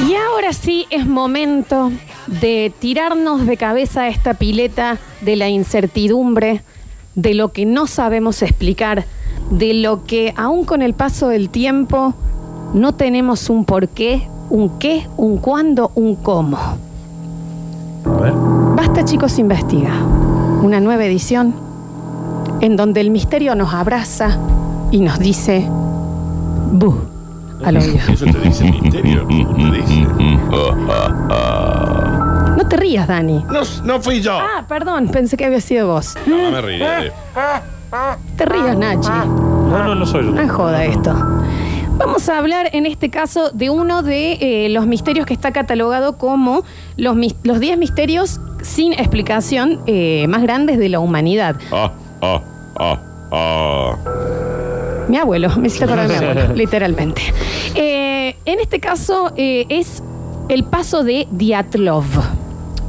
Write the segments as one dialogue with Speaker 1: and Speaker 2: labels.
Speaker 1: Y ahora sí es momento de tirarnos de cabeza a esta pileta de la incertidumbre, de lo que no sabemos explicar, de lo que aún con el paso del tiempo no tenemos un por qué, un qué, un cuándo, un cómo.
Speaker 2: A ver.
Speaker 1: Basta chicos investiga. Una nueva edición en donde el misterio nos abraza y nos dice, buh, al oído.
Speaker 2: Eso te dice misterio. Te dice.
Speaker 1: No te rías, Dani.
Speaker 2: No, no fui yo.
Speaker 1: Ah, perdón, pensé que había sido vos.
Speaker 2: No me ríe.
Speaker 1: Te rías, Nachi.
Speaker 2: No, no, no soy yo.
Speaker 1: No es joda esto. Vamos a hablar en este caso de uno de eh, los misterios que está catalogado como los mis- los 10 misterios sin explicación eh, más grandes de la humanidad.
Speaker 2: Ah, ah, ah, ah.
Speaker 1: Mi abuelo, me hiciste acordar de mi abuelo, literalmente. Eh, en este caso eh, es el paso de Diatlov.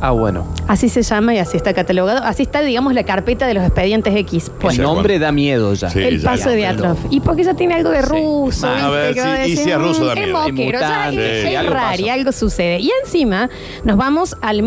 Speaker 3: Ah, bueno.
Speaker 1: Así se llama y así está catalogado. Así está, digamos, la carpeta de los expedientes X.
Speaker 3: El
Speaker 1: puesta.
Speaker 3: nombre da miedo ya.
Speaker 2: Sí.
Speaker 1: el
Speaker 2: ya.
Speaker 1: paso de Diatlov. Y porque ya tiene algo de
Speaker 3: Sí.
Speaker 1: ruso.
Speaker 3: Ah,
Speaker 2: a ver,
Speaker 1: ¿viste? Que
Speaker 2: sí,
Speaker 1: va a
Speaker 2: y
Speaker 1: decir,
Speaker 2: si es ruso da
Speaker 1: "Mm,
Speaker 2: miedo".
Speaker 1: Es moquero, ya es,
Speaker 3: Mutante,
Speaker 2: sí,
Speaker 1: es
Speaker 3: algo
Speaker 1: raro,
Speaker 3: pasó.
Speaker 1: algo sucede. Y encima nos vamos al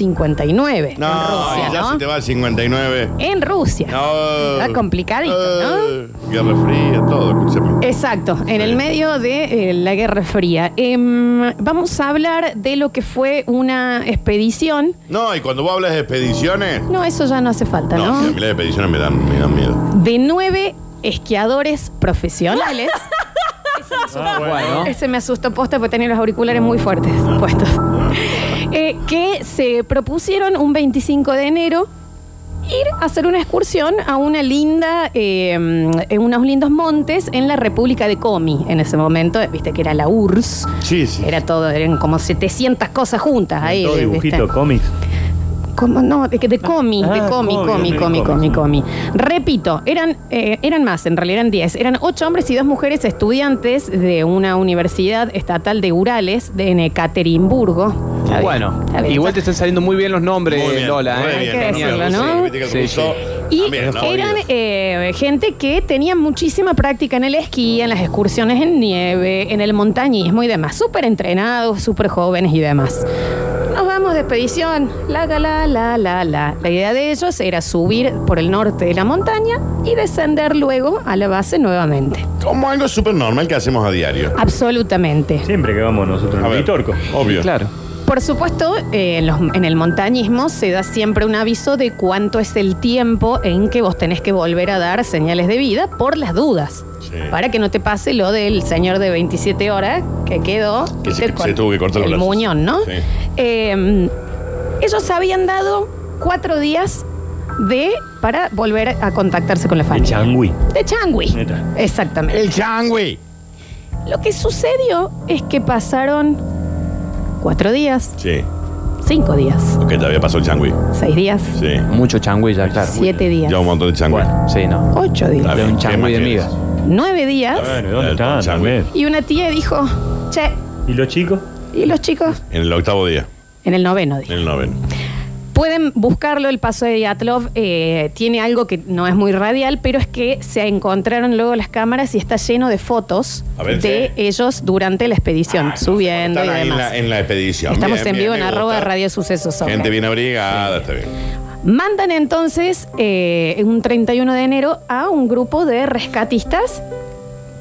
Speaker 1: 1959
Speaker 2: No,
Speaker 1: en Rusia,
Speaker 2: y ya
Speaker 1: ¿no?
Speaker 2: se te va el 59.
Speaker 1: En Rusia.
Speaker 2: No.
Speaker 1: Está complicadito, Eh.
Speaker 2: ¿no? Guerra Fría, todo. escúchame.
Speaker 1: Exacto, en el medio de eh, la Guerra Fría. Em, vamos a hablar de lo que fue una expedición.
Speaker 2: No, y cuando vos hablas de expediciones.
Speaker 1: No, eso ya no hace falta,
Speaker 2: No,
Speaker 1: ¿no?
Speaker 2: sí, a mí las expediciones me dan, me dan miedo.
Speaker 1: De nueve esquiadores profesionales.
Speaker 3: Ah, bueno.
Speaker 1: Ese me asustó posta porque tenía los auriculares muy fuertes puestos. Eh, que se propusieron un 25 de enero ir a hacer una excursión a una linda, eh, en unos lindos montes en la República de Comi. En ese momento, viste que era la URSS.
Speaker 2: Sí, sí.
Speaker 1: Era todo, eran como 700 cosas juntas ahí.
Speaker 4: Todo
Speaker 1: ¿viste?
Speaker 4: dibujito, cómics.
Speaker 1: Como, no, de, que- de comi,
Speaker 4: Ah,
Speaker 1: de comi,
Speaker 4: comi,
Speaker 1: comi,
Speaker 4: ok,
Speaker 1: comi, comi,
Speaker 4: comi.
Speaker 1: comi. Repito, eran, eh, eran más, en realidad eran 10. Eran ocho hombres y dos mujeres estudiantes de una universidad estatal de Urales, de en Ekaterimburgo. Está bien,
Speaker 3: Bueno,
Speaker 1: está bien.
Speaker 3: igual te están saliendo muy bien los nombres,
Speaker 2: Muy bien,
Speaker 3: Lola.
Speaker 2: muy
Speaker 3: ¿eh?
Speaker 2: bien,
Speaker 1: Hay que
Speaker 2: Genial.
Speaker 1: decirlo, ¿no?
Speaker 2: Sí, viste que el
Speaker 3: Sí, sí.
Speaker 2: ruso
Speaker 1: Y
Speaker 2: también, Ah, ¿no?
Speaker 1: eran eh, gente que tenía muchísima práctica en el esquí, en las excursiones en nieve, en el montañismo y demás. Súper entrenados, súper jóvenes y demás. Nos vamos de expedición. La, la, la, la, la, la. La idea de ellos era subir por el norte de la montaña y descender luego a la base nuevamente.
Speaker 2: Como algo súper normal que hacemos a diario.
Speaker 1: Absolutamente.
Speaker 4: Siempre que vamos nosotros
Speaker 2: A
Speaker 4: en
Speaker 2: ver.
Speaker 4: Vitorco.
Speaker 2: Obvio.
Speaker 3: Claro.
Speaker 1: Por supuesto, eh, en, los- en el montañismo se da siempre un aviso de cuánto es el tiempo en que vos tenés que volver a dar señales de vida por las dudas.
Speaker 2: Sí.
Speaker 1: Ah, Para que no te pase lo del señor de 27 horas que quedó.
Speaker 2: Que
Speaker 1: y
Speaker 2: se-
Speaker 1: te
Speaker 2: se
Speaker 1: cortó
Speaker 2: tuvo que cortar los
Speaker 1: El
Speaker 2: brazos.
Speaker 1: muñón, ¿no?
Speaker 2: Sí.
Speaker 1: Eh, ellos habían dado cuatro días de para volver a contactarse con la
Speaker 4: El
Speaker 1: familia.
Speaker 4: changui.
Speaker 1: De Changui.
Speaker 4: Neta.
Speaker 1: Exactamente.
Speaker 2: El changui.
Speaker 1: Lo que sucedió es que pasaron cuatro días,
Speaker 2: Sí.
Speaker 1: cinco días,
Speaker 2: Ok, te había pasado el changui.
Speaker 1: seis días.
Speaker 2: Sí.
Speaker 3: Mucho changüey ya, claro.
Speaker 1: Siete días.
Speaker 2: Ya un montón de changui.
Speaker 3: Bueno, sí, no.
Speaker 1: Ocho días.
Speaker 2: Está bien,
Speaker 3: un
Speaker 2: ¿qué
Speaker 3: changui
Speaker 2: más
Speaker 3: de
Speaker 2: quieres?
Speaker 3: miga.
Speaker 1: Nueve días.
Speaker 4: Bueno, ¿dónde
Speaker 2: El
Speaker 4: están?
Speaker 2: changui.
Speaker 4: También.
Speaker 1: Y una tía dijo, che,
Speaker 4: ¿Y los chicos?
Speaker 1: ¿y los chicos?
Speaker 2: En el octavo día,
Speaker 1: En el noveno día.
Speaker 2: en el noveno.
Speaker 1: Pueden buscarlo, el paso de Diatlov eh, tiene algo que no es muy radial, pero es que se encontraron luego las cámaras y está lleno de fotos
Speaker 2: A ver,
Speaker 1: de
Speaker 2: sí. Ah,
Speaker 1: ellos durante la expedición, subiendo
Speaker 2: Están
Speaker 1: y
Speaker 2: ahí en
Speaker 1: demás.
Speaker 2: la, en la expedición.
Speaker 1: Estamos
Speaker 2: Bien,
Speaker 1: en
Speaker 2: bien,
Speaker 1: vivo
Speaker 2: me
Speaker 1: en
Speaker 2: gusta.
Speaker 1: arroba radio sucesos. sobre.
Speaker 2: Gente bien abrigada, está bien.
Speaker 1: Mandan entonces eh, en un 31 de enero a un grupo de rescatistas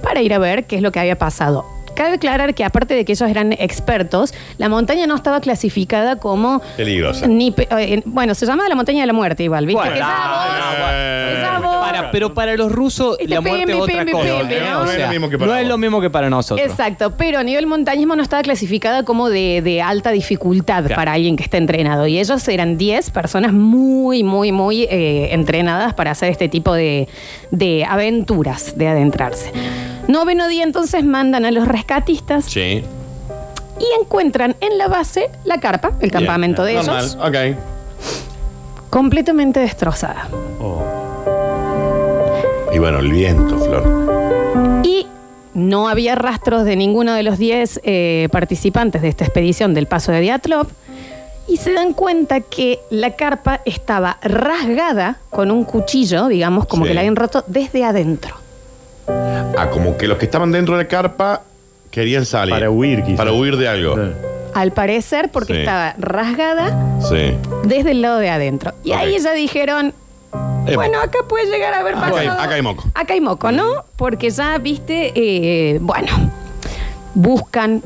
Speaker 1: para ir a ver qué es lo que había pasado. Cabe aclarar que aparte de que ellos eran expertos, la montaña no estaba clasificada como...
Speaker 2: Peligrosa. Ah,
Speaker 1: ni pe- eh, en- bueno, se llama la montaña de la muerte igual, ¿viste?
Speaker 3: Bueno,
Speaker 1: Que ya
Speaker 3: no,
Speaker 1: vos-
Speaker 2: Eh,
Speaker 1: ya vos-
Speaker 3: Para, pero para los rusos
Speaker 1: Este
Speaker 3: la muerte
Speaker 1: pim,
Speaker 3: es
Speaker 1: pim,
Speaker 3: otra
Speaker 1: pim,
Speaker 3: cosa.
Speaker 1: pim, pim,
Speaker 3: ¿no?
Speaker 1: ¿no?
Speaker 3: O
Speaker 2: No es lo
Speaker 3: sea,
Speaker 2: mismo que para
Speaker 3: no es
Speaker 2: vos.
Speaker 3: lo mismo que para nosotros.
Speaker 1: Exacto, pero a nivel montañismo no estaba clasificada como de, de alta dificultad
Speaker 3: Claro.
Speaker 1: para alguien que está entrenado. Y ellos eran 10 personas muy, muy, muy eh, entrenadas para hacer este tipo de, de aventuras, de adentrarse. Noveno día entonces mandan a los rescatistas
Speaker 2: Sí.
Speaker 1: y encuentran en la base la carpa, el campamento de
Speaker 2: Bien.
Speaker 1: ellos,
Speaker 2: Normal,
Speaker 1: completamente destrozada.
Speaker 4: Oh.
Speaker 2: ok. Y bueno, el viento, Flor.
Speaker 1: Y no había rastros de ninguno de los 10 eh, participantes de esta expedición del paso de Diatlov. Y se dan cuenta que la carpa estaba rasgada con un cuchillo, digamos, como
Speaker 2: Sí.
Speaker 1: que la habían roto desde adentro.
Speaker 2: Ah, como que los que estaban dentro de la carpa Querían salir.
Speaker 4: Para huir, quizás.
Speaker 2: Para huir de algo.
Speaker 1: Al parecer, porque
Speaker 2: Sí.
Speaker 1: estaba rasgada
Speaker 2: Sí.
Speaker 1: desde el lado de adentro. Y ahí
Speaker 2: Ok.
Speaker 1: ya dijeron,
Speaker 2: Eh,
Speaker 1: bueno, acá puede llegar a haber
Speaker 2: Acá
Speaker 1: pasado.
Speaker 2: hay- acá hay moco.
Speaker 1: Acá hay moco, ¿no? Porque ya, viste, eh, bueno, buscan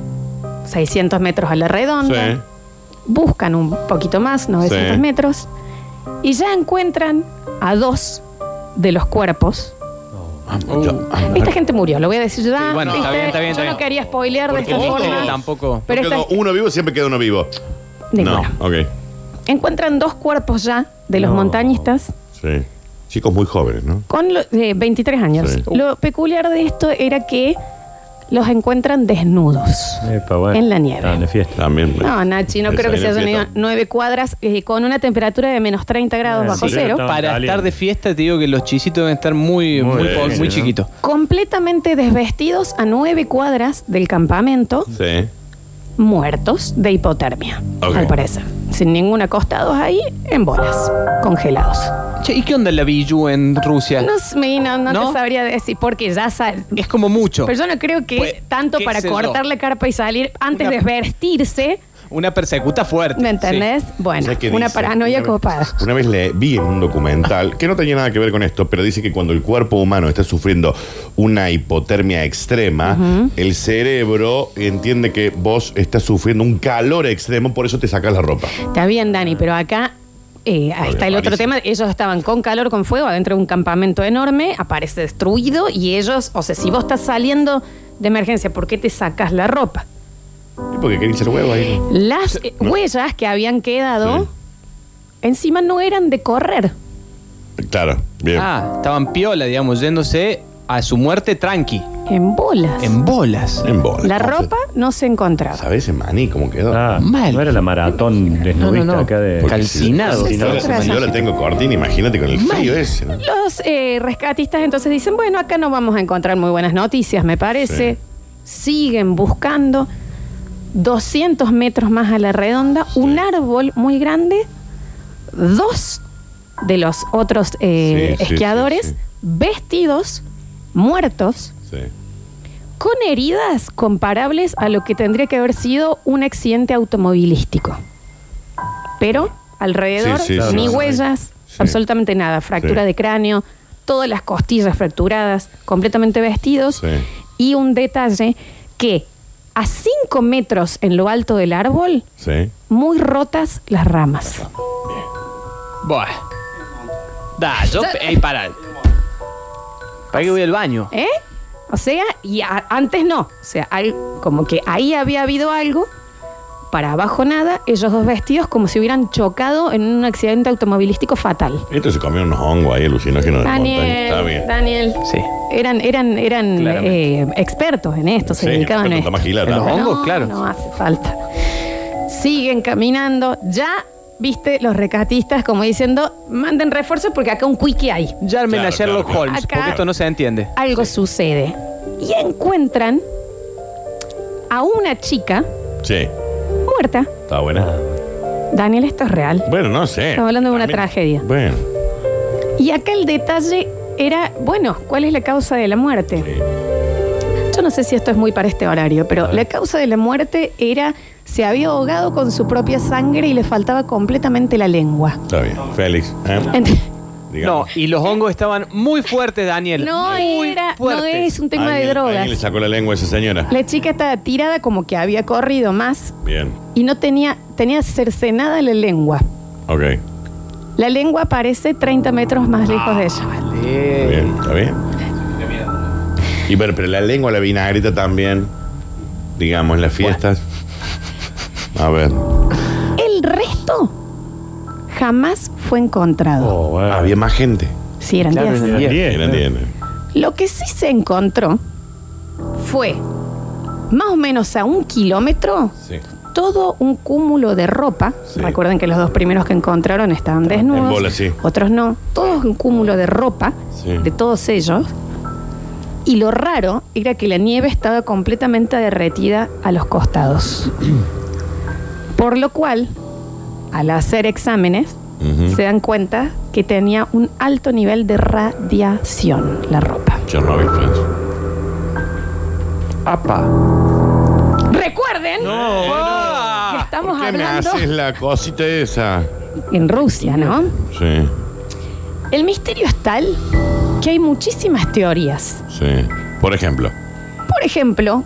Speaker 1: 600 metros a la redonda,
Speaker 2: Sí.
Speaker 1: buscan un poquito más, 900
Speaker 2: Sí.
Speaker 1: metros, y ya encuentran a dos de los cuerpos.
Speaker 2: Ah, yo- ah,
Speaker 1: Esta gente murió, lo voy a decir ya.
Speaker 3: Sí, bueno, está
Speaker 1: ¿viste?
Speaker 3: bien, está bien,
Speaker 1: Yo
Speaker 3: está
Speaker 1: no
Speaker 3: bien.
Speaker 1: quería spoilear de
Speaker 2: Porque
Speaker 1: esta
Speaker 2: vos
Speaker 1: forma.
Speaker 2: no-
Speaker 3: tampoco.
Speaker 1: Pero
Speaker 2: no quedó
Speaker 1: esta-
Speaker 2: uno vivo, siempre queda uno vivo.
Speaker 1: ninguna.
Speaker 2: No, ok.
Speaker 1: Encuentran dos cuerpos ya de los
Speaker 3: No.
Speaker 1: montañistas
Speaker 2: Sí. Chicos muy jóvenes, ¿no?
Speaker 1: con lo- eh, 23 años.
Speaker 2: Sí.
Speaker 1: Lo peculiar de esto era que los encuentran desnudos.
Speaker 4: Epa, bueno.
Speaker 1: En la nieve.
Speaker 4: Estaban de fiesta.
Speaker 2: También.
Speaker 1: No, Nachi, no
Speaker 2: Eso
Speaker 1: creo que
Speaker 2: ahí
Speaker 1: se
Speaker 2: no
Speaker 1: hayan ido
Speaker 2: empieza.
Speaker 1: nueve cuadras eh, con una temperatura de menos 30 grados
Speaker 4: Eh,
Speaker 1: bajo
Speaker 4: sí,
Speaker 1: cero.
Speaker 4: está-
Speaker 3: Para
Speaker 4: Caliente.
Speaker 3: estar de fiesta, te digo que los chisitos deben estar
Speaker 4: Muy
Speaker 3: muy, muy,
Speaker 2: bien,
Speaker 3: po- muy
Speaker 2: ¿no?
Speaker 3: chiquitos.
Speaker 1: Completamente desvestidos a nueve cuadras del campamento,
Speaker 2: Sí.
Speaker 1: muertos de hipotermia,
Speaker 2: Ok.
Speaker 1: al parecer. Sin ningún acostado ahí, en bolas, congelados.
Speaker 3: Che, ¿y qué onda la Biju en Rusia?
Speaker 1: No, sé, mi- no, no
Speaker 3: ¿No?
Speaker 1: te sabría decir, porque ya sabes.
Speaker 3: Es como mucho.
Speaker 1: Pero yo no creo que
Speaker 3: Pues,
Speaker 1: tanto
Speaker 3: qué
Speaker 1: para
Speaker 3: sé yo.
Speaker 1: cortar la carpa y salir antes
Speaker 3: Una-
Speaker 1: de vestirse,
Speaker 3: Una persecuta fuerte.
Speaker 1: ¿me entendés? Bueno,
Speaker 2: ¿Sabes qué
Speaker 1: una
Speaker 2: dice?
Speaker 1: paranoia
Speaker 2: Una vez-
Speaker 1: copada.
Speaker 2: Una vez le vi en un documental que no tenía nada que ver con esto, pero dice que cuando el cuerpo humano está sufriendo una hipotermia extrema, el cerebro entiende que vos estás sufriendo un calor extremo, por eso te sacas la ropa.
Speaker 1: Está bien, Dani, pero acá eh, ahí
Speaker 2: Obvio,
Speaker 1: está el otro
Speaker 2: malísimo.
Speaker 1: tema. Ellos estaban con calor, con fuego, adentro de un campamento enorme, aparece destruido y ellos, o sea, si vos estás saliendo de emergencia, ¿por qué te sacas la ropa?
Speaker 2: Y porque querés ser huevo ahí.
Speaker 1: Las eh, huellas que habían quedado
Speaker 2: Sí.
Speaker 1: encima no eran de correr.
Speaker 2: Claro, bien.
Speaker 3: Ah, estaban piola, digamos, yéndose a su muerte tranqui,
Speaker 1: En bolas.
Speaker 3: en bolas.
Speaker 2: En bola.
Speaker 1: la ropa no se encontraba.
Speaker 2: ¿Sabés ese maní cómo quedó?
Speaker 4: Ah,
Speaker 3: Mal.
Speaker 4: No era la maratón desnudista acá de.
Speaker 2: Porque
Speaker 3: Calcinado.
Speaker 2: si- si no,
Speaker 1: Sí,
Speaker 2: si yo la tengo cortina, imagínate con el frío ese. ¿no?
Speaker 1: Los eh, rescatistas entonces dicen, bueno, acá no vamos a encontrar muy buenas noticias, me parece. Siguen buscando. 200 metros más a la redonda, un árbol muy grande, dos de los otros eh,
Speaker 2: Sí, sí,
Speaker 1: esquiadores
Speaker 2: sí, sí.
Speaker 1: vestidos, muertos,
Speaker 2: Sí.
Speaker 1: con heridas comparables a lo que tendría que haber sido un accidente automovilístico. Pero alrededor
Speaker 2: Sí,
Speaker 4: sí,
Speaker 1: ni
Speaker 4: sí, sí.
Speaker 1: huellas,
Speaker 2: Sí.
Speaker 1: absolutamente nada. Fractura
Speaker 2: Sí.
Speaker 1: de cráneo, todas las costillas fracturadas, completamente vestidos.
Speaker 2: Sí.
Speaker 1: Y un detalle que a 5 metros en lo alto del árbol,
Speaker 2: Sí.
Speaker 1: muy rotas las ramas.
Speaker 3: Buah. Da, yo. Ey, pará. ¿Para qué voy al baño?
Speaker 1: ¿Eh? O sea, y a- antes no. O sea, al- como que ahí había habido algo, para abajo nada, ellos dos vestidos como si hubieran chocado en un accidente automovilístico fatal.
Speaker 2: Esto Este se comió unos hongos ahí alucinógenos. de montaña. Está
Speaker 1: Daniel,
Speaker 2: bien.
Speaker 1: Daniel.
Speaker 3: Sí.
Speaker 1: Eran, eran, eran
Speaker 3: Claramente.
Speaker 1: eh, expertos en esto, se
Speaker 2: Sí,
Speaker 1: dedicaban a
Speaker 2: expertos en
Speaker 1: esto.
Speaker 2: Tamagila,
Speaker 3: En los
Speaker 2: ¿no?
Speaker 3: hongos, claro.
Speaker 1: No hace falta. Siguen caminando, ya viste los recatistas como diciendo, manden refuerzos porque acá un quickie hay.
Speaker 3: Ya armen
Speaker 2: Claro,
Speaker 3: a Sherlock
Speaker 2: claro, claro.
Speaker 3: Holmes,
Speaker 1: Acá-
Speaker 3: porque esto no se entiende.
Speaker 1: algo sucede. Y encuentran a una chica
Speaker 2: Sí.
Speaker 1: muerta.
Speaker 2: Está buena.
Speaker 1: Daniel, esto es real.
Speaker 2: Bueno, no sé.
Speaker 1: Estamos hablando de una tragedia.
Speaker 2: Bueno.
Speaker 1: Y acá el detalle era, bueno, ¿cuál es la causa de la muerte?
Speaker 2: sí.
Speaker 1: Yo no sé si esto es muy para este horario, pero la causa de la muerte era se había ahogado con su propia sangre y le faltaba completamente la lengua.
Speaker 2: Está bien. Félix. ¿eh?
Speaker 1: Ent-
Speaker 3: No,
Speaker 2: Digamos.
Speaker 3: y los hongos estaban muy fuertes, Daniel.
Speaker 1: No
Speaker 3: muy
Speaker 1: era, no
Speaker 3: fuertes.
Speaker 1: es un tema de
Speaker 2: Alguien-
Speaker 1: drogas.
Speaker 2: alguien le sacó la lengua a esa señora?
Speaker 1: La chica estaba tirada como que había corrido más
Speaker 2: Bien.
Speaker 1: y no tenía, tenía cercenada la lengua.
Speaker 2: Ok.
Speaker 1: La lengua aparece 30 metros más lejos de ella.
Speaker 2: Bien. ¿Está bien? Y pero, pero la lengua, la vinagreta también. Digamos, en las fiestas. A ver.
Speaker 1: El resto jamás fue encontrado.
Speaker 4: Oh, bueno.
Speaker 2: Había más gente.
Speaker 1: Sí, eran
Speaker 3: Claro,
Speaker 1: 10.
Speaker 3: eran
Speaker 4: Bien,
Speaker 3: Bien,
Speaker 4: bien.
Speaker 2: Ah, Bien, bien.
Speaker 1: Lo que sí se encontró fue, más o menos a un kilómetro,
Speaker 2: Sí.
Speaker 1: todo un cúmulo de ropa.
Speaker 2: Sí.
Speaker 1: Recuerden que los dos primeros que encontraron estaban desnudos.
Speaker 2: En bola, sí.
Speaker 1: Otros no. Todo un cúmulo de ropa
Speaker 2: Sí.
Speaker 1: de todos ellos. Y lo raro era que la nieve estaba completamente derretida a los costados. Por lo cual, al hacer exámenes,
Speaker 2: Ujú.
Speaker 1: se dan cuenta que tenía un alto nivel de radiación la ropa.
Speaker 2: Chernobyl, Friends.
Speaker 4: Apa.
Speaker 1: Recuerden que estamos
Speaker 2: Ah, ¿Qué me
Speaker 1: hablando
Speaker 2: haces la cosita esa?
Speaker 1: en Rusia, ¿no?
Speaker 2: Sí,
Speaker 1: El misterio es tal que hay muchísimas teorías.
Speaker 2: sí. Por ejemplo,
Speaker 1: Por ejemplo,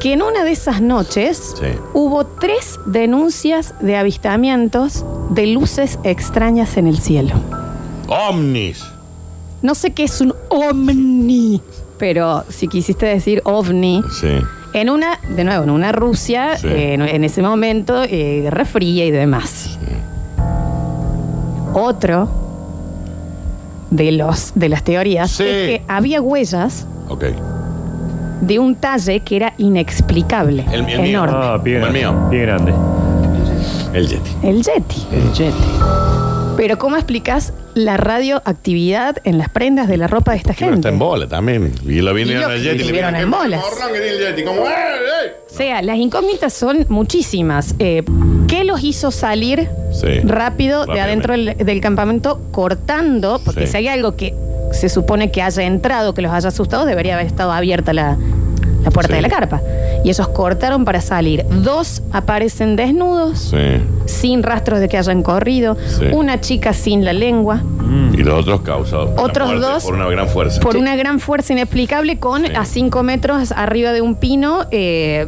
Speaker 1: que en una de esas noches
Speaker 2: Sí.
Speaker 1: hubo tres denuncias de avistamientos de luces extrañas en el cielo.
Speaker 2: ovnis.
Speaker 1: No sé qué es un ovni, pero si quisiste decir ovni,
Speaker 2: Sí.
Speaker 1: en una, de nuevo, en una Rusia,
Speaker 2: Sí.
Speaker 1: eh, en, en ese momento, eh, guerra fría y demás. Otro de, los, de las teorías
Speaker 2: Sí.
Speaker 1: es que había huellas
Speaker 2: Ok.
Speaker 1: de un talle que era inexplicable,
Speaker 2: El- el mío.
Speaker 1: enorme.
Speaker 4: Ah, pie
Speaker 2: Como el
Speaker 4: grande.
Speaker 2: mío.
Speaker 4: Pie grande.
Speaker 2: El Yeti.
Speaker 1: El Yeti.
Speaker 3: El Yeti.
Speaker 1: Pero ¿cómo explicas la radioactividad en las prendas de la ropa de esta
Speaker 2: Que no
Speaker 1: gente?
Speaker 2: está en bola también. Y lo
Speaker 1: Y
Speaker 2: vinieron
Speaker 1: lo-
Speaker 2: al Yeti.
Speaker 1: y
Speaker 2: le
Speaker 1: vieron
Speaker 2: dijeron,
Speaker 1: en
Speaker 2: "Qué
Speaker 1: bolas".
Speaker 2: morrón que tiene el Yeti. Como, "Eh,
Speaker 1: O sea, las incógnitas son muchísimas. Eh, ¿Qué los hizo salir
Speaker 2: Sí.
Speaker 1: rápido de
Speaker 2: Rápidamente.
Speaker 1: adentro del, del campamento cortando? Porque
Speaker 2: Sí.
Speaker 1: si hay algo que se supone que haya entrado, que los haya asustado, debería haber estado abierta la, la puerta
Speaker 2: Sí.
Speaker 1: de la carpa. Y ellos cortaron para salir. Dos aparecen desnudos,
Speaker 2: eh".
Speaker 1: sin rastros de que hayan corrido.
Speaker 2: Sí.
Speaker 1: Una chica sin la lengua.
Speaker 2: Sí. Y los otros causados. por la
Speaker 1: Otros
Speaker 2: muerte,
Speaker 1: dos-
Speaker 2: Por una gran fuerza.
Speaker 1: por una gran fuerza inexplicable con
Speaker 2: Sí.
Speaker 1: a 5 metros arriba de un pino, eh,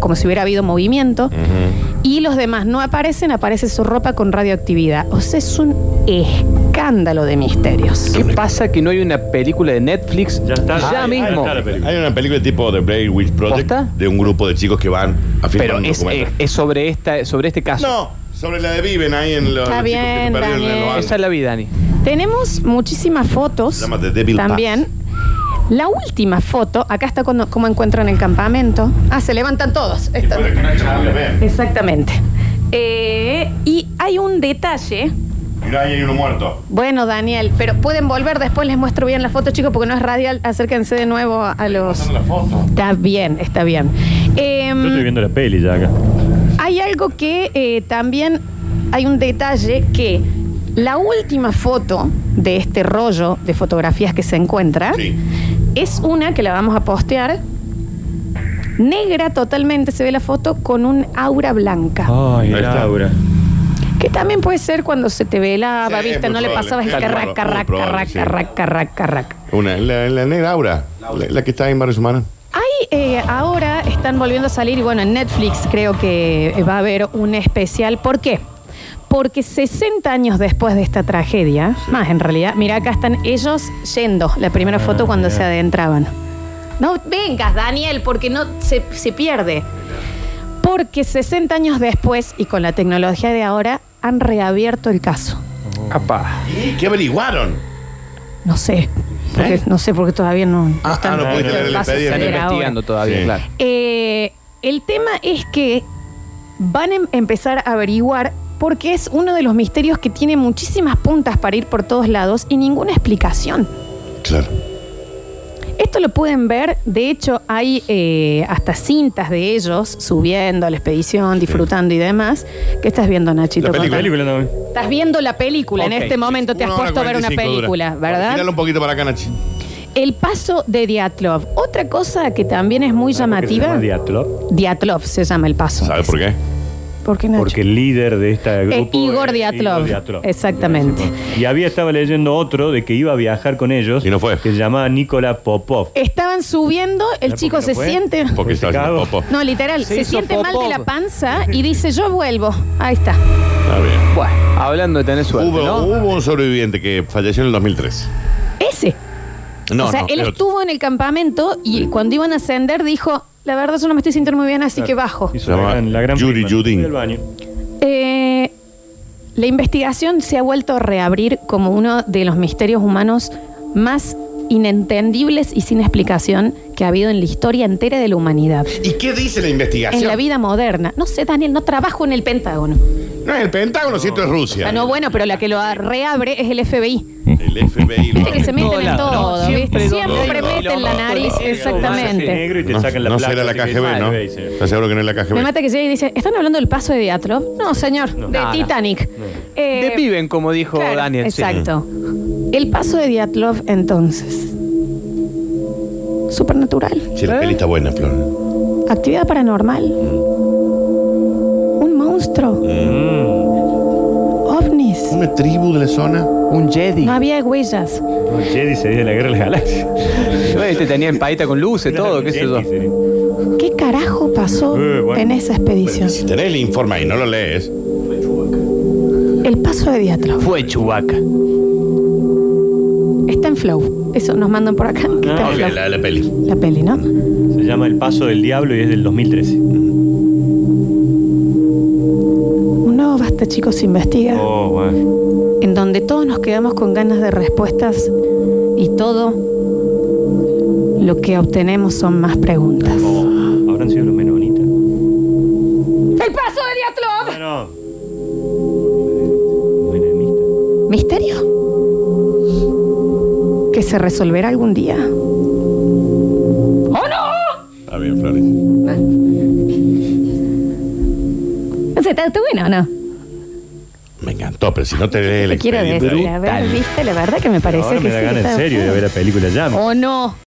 Speaker 1: como si hubiera habido movimiento.
Speaker 2: Ujú.
Speaker 1: Y los demás no aparecen, aparece su ropa con radioactividad. O sea, es un escándalo de misterios.
Speaker 3: ¿Qué pasa que no hay una película de Netflix
Speaker 4: Ya está.
Speaker 3: ya
Speaker 4: Ahí-
Speaker 3: mismo?
Speaker 4: ahí está la película.
Speaker 2: Hay una película tipo The Blair Witch Project
Speaker 3: ¿Posta?
Speaker 2: de un grupo de chicos que van a filmar
Speaker 3: Pero
Speaker 2: un
Speaker 3: es,
Speaker 2: documental.
Speaker 1: eh,
Speaker 3: es- es sobre esta, sobre este caso.
Speaker 2: No, sobre la de Viven ahí en los,
Speaker 1: Está
Speaker 2: los chicos
Speaker 1: bien,
Speaker 2: que perdieron en
Speaker 1: Daniel.
Speaker 2: los Andes.
Speaker 3: Esa es la vida, Dani.
Speaker 1: Tenemos muchísimas fotos
Speaker 2: Se llama The Devil
Speaker 1: también. La última foto, acá está cuando, cómo encuentran el campamento. Ah, se levantan todos. Está-
Speaker 2: Después de que no echan la ven.
Speaker 1: Exactamente. Eh, y hay un detalle
Speaker 2: Mirá, ahí hay uno muerto.
Speaker 1: Bueno, Daniel, pero pueden volver después, les muestro bien la foto, chicos, porque no es radial. Acérquense de nuevo a los.
Speaker 2: Pasando la foto.
Speaker 1: Está bien, está bien. Em,
Speaker 4: Yo estoy viendo la peli ya acá.
Speaker 1: hay algo que eh, también hay un detalle que la última foto de este rollo de fotografías que se encuentra
Speaker 2: Sí.
Speaker 1: es una que la vamos a postear. Negra totalmente se ve la foto con un aura blanca.
Speaker 3: Ah.
Speaker 4: Ay,
Speaker 2: Ahí está.
Speaker 4: Laura.
Speaker 1: Que también puede ser cuando se te velaba,
Speaker 2: Sí,
Speaker 1: ¿viste? No
Speaker 2: es muy
Speaker 1: le
Speaker 2: probable,
Speaker 1: pasabas el
Speaker 2: es muy
Speaker 1: carrac,
Speaker 2: proba-
Speaker 1: carrac,
Speaker 2: muy probable,
Speaker 1: carrac,
Speaker 2: sí.
Speaker 1: carrac, carrac, carrac.
Speaker 2: Una, la, la negra Aura, la, la que está en Barrio Humana.
Speaker 1: Hay, eh, ahora están volviendo a salir, y bueno, en Netflix creo que eh, va a haber un especial. ¿Por qué? Porque 60 años después de esta tragedia, más en realidad, mira, acá están ellos yendo, la
Speaker 2: Ah,
Speaker 1: primera foto cuando se adentraban. No vengas, Daniel, porque no se, se pierde. Porque 60 años después y con la tecnología de ahora han reabierto el caso.
Speaker 3: Apá.
Speaker 2: ¿Y qué averiguaron?
Speaker 1: No sé, porque-
Speaker 2: ¿Eh?
Speaker 1: no sé porque todavía no.
Speaker 2: Ah, ah, no pudiste leer el
Speaker 1: Vas a
Speaker 2: expediente.
Speaker 1: salir
Speaker 3: Están
Speaker 1: ahora.
Speaker 3: investigando todavía,
Speaker 2: Sí.
Speaker 3: claro.
Speaker 1: Eh, el tema es que van a em- empezar a averiguar porque es uno de los misterios que tiene muchísimas puntas para ir por todos lados y ninguna explicación.
Speaker 2: Claro.
Speaker 1: Esto lo pueden ver, de hecho hay eh, hasta cintas de ellos subiendo a la expedición, disfrutando y demás. ¿Qué estás viendo, Nachito?
Speaker 2: La película.
Speaker 4: Película no.
Speaker 1: Estás viendo la película
Speaker 3: Ok.
Speaker 1: en este momento, te has
Speaker 2: Una hora
Speaker 1: puesto a ver una
Speaker 2: 45
Speaker 1: película,
Speaker 2: dura.
Speaker 1: ¿verdad?
Speaker 2: Tíralo un poquito para acá, Nachi.
Speaker 1: El paso de Diatlov. Otra cosa que también es muy
Speaker 4: ¿Por qué se
Speaker 1: llamativa.
Speaker 4: llama Diatlov?
Speaker 1: Diatlov se llama el paso.
Speaker 2: ¿Sabes por qué?
Speaker 1: ¿Por qué Nacho?
Speaker 4: Porque el líder de esta
Speaker 1: Es
Speaker 4: grupo
Speaker 1: Igor
Speaker 4: es
Speaker 1: Diatlov.
Speaker 4: Igor Diatlov.
Speaker 1: Exactamente.
Speaker 4: Y había estaba leyendo otro de que iba a viajar con ellos.
Speaker 2: Y no fue.
Speaker 4: Que se llamaba Nikola Popov.
Speaker 1: Estaban subiendo, el chico
Speaker 4: porque
Speaker 1: se
Speaker 4: no fue?
Speaker 1: siente.
Speaker 2: Porque está haciendo
Speaker 4: Chicago.
Speaker 2: popo.
Speaker 1: No, literal,
Speaker 3: Se
Speaker 1: se,
Speaker 3: hizo
Speaker 1: siente mal de
Speaker 3: popó.
Speaker 1: la panza y dice, yo vuelvo. Ahí está.
Speaker 2: Está bien.
Speaker 3: Bueno, Uh. hablando de tener suerte,
Speaker 2: Hubo,
Speaker 3: ¿no?
Speaker 2: hubo un sobreviviente que falleció en el 2003.
Speaker 1: Ese.
Speaker 2: No,
Speaker 1: o sea,
Speaker 2: no,
Speaker 1: él
Speaker 2: es otro.
Speaker 1: estuvo en el campamento y cuando iban a ascender dijo, la verdad yo no me estoy sintiendo muy bien, así que bajo.
Speaker 4: Hizo
Speaker 2: Se llama
Speaker 4: la gran, la gran
Speaker 2: Yuri
Speaker 4: prima.
Speaker 2: Yudin.
Speaker 4: Fue al baño.
Speaker 1: Eh, la investigación se ha vuelto a reabrir como uno de los misterios humanos más inentendibles y sin explicación que ha habido en la historia entera de la humanidad.
Speaker 2: ¿Y qué dice la investigación?
Speaker 1: En la vida moderna. No sé, Daniel, no trabajo en el Pentágono.
Speaker 2: No es el Pentágono, si esto es Rusia.
Speaker 1: Ah, no, bueno, pero la que lo reabre es el FBI.
Speaker 2: El FBI. lo
Speaker 1: Viste que se
Speaker 2: abre.
Speaker 1: meten
Speaker 3: Todo
Speaker 1: en
Speaker 3: lado,
Speaker 1: todo,
Speaker 3: ¿no?
Speaker 1: ¿viste?
Speaker 3: Siempre
Speaker 1: Siempre
Speaker 2: lo-
Speaker 1: meten la
Speaker 2: lo-
Speaker 1: nariz,
Speaker 2: lo-
Speaker 1: exactamente.
Speaker 4: negro y te
Speaker 2: no,
Speaker 4: sacan la
Speaker 2: no
Speaker 4: plata,
Speaker 2: será la
Speaker 4: así que dice,
Speaker 2: KGB, ¿no?
Speaker 4: "Ah, sí".
Speaker 2: ¿Estás seguro que no es la KGB?
Speaker 1: Me mata que llegue y dice, ¿están hablando del paso de Diatlov? No, señor, de
Speaker 3: No, no.
Speaker 1: Titanic. Eh,
Speaker 3: De viven, como dijo
Speaker 1: claro,
Speaker 3: Daniel. sí.
Speaker 1: Exacto. El paso de Diatlov, entonces, Supernatural.
Speaker 2: Si la peli está buena, Flor.
Speaker 1: Actividad paranormal. Un monstruo.
Speaker 4: Mm.
Speaker 1: Ovnis.
Speaker 2: Una tribu de la zona.
Speaker 3: Un Jedi.
Speaker 1: No había huellas.
Speaker 4: Un Jedi sería de la guerra de las galaxias.
Speaker 3: Este tenía empaita con luces, todo, qué sé yo.
Speaker 4: Jedi sería.
Speaker 1: ¿Qué carajo pasó
Speaker 4: Eh, bueno.
Speaker 1: en esa expedición?
Speaker 2: Si tenés el informe ahí, no lo lees.
Speaker 1: El paso de Diatlov.
Speaker 3: Fue Chewbacca.
Speaker 1: Está en flow. Eso nos mandan por acá. que está en
Speaker 2: Ok,
Speaker 1: flow.
Speaker 2: la, la peli.
Speaker 1: La peli, ¿no?
Speaker 4: Se llama El Paso del Diablo y es del 2013.
Speaker 1: Un nuevo Basta Chicos Investiga,
Speaker 4: Oh, bueno.
Speaker 1: en donde todos nos quedamos con ganas de respuestas y todo lo que obtenemos son más preguntas.
Speaker 4: Oh, habrán sido los menonitas.
Speaker 1: ¡El paso de Diatlov!
Speaker 4: Bueno. Menemista.
Speaker 1: ¿Misterio? ¿Que se resolverá algún día? ¡Oh, no!
Speaker 2: Está bien, Flores.
Speaker 1: No sé, ¿está está bueno o no?
Speaker 2: Me encantó, pero si no te lees el
Speaker 1: Te quiero
Speaker 2: expediente.
Speaker 1: decir, a ver, viste, la verdad que me parece
Speaker 4: Ahora
Speaker 1: que
Speaker 4: me da
Speaker 1: sí,
Speaker 4: ganas en
Speaker 1: está-
Speaker 4: serio de ver la película ya.
Speaker 1: ¡Oh, no!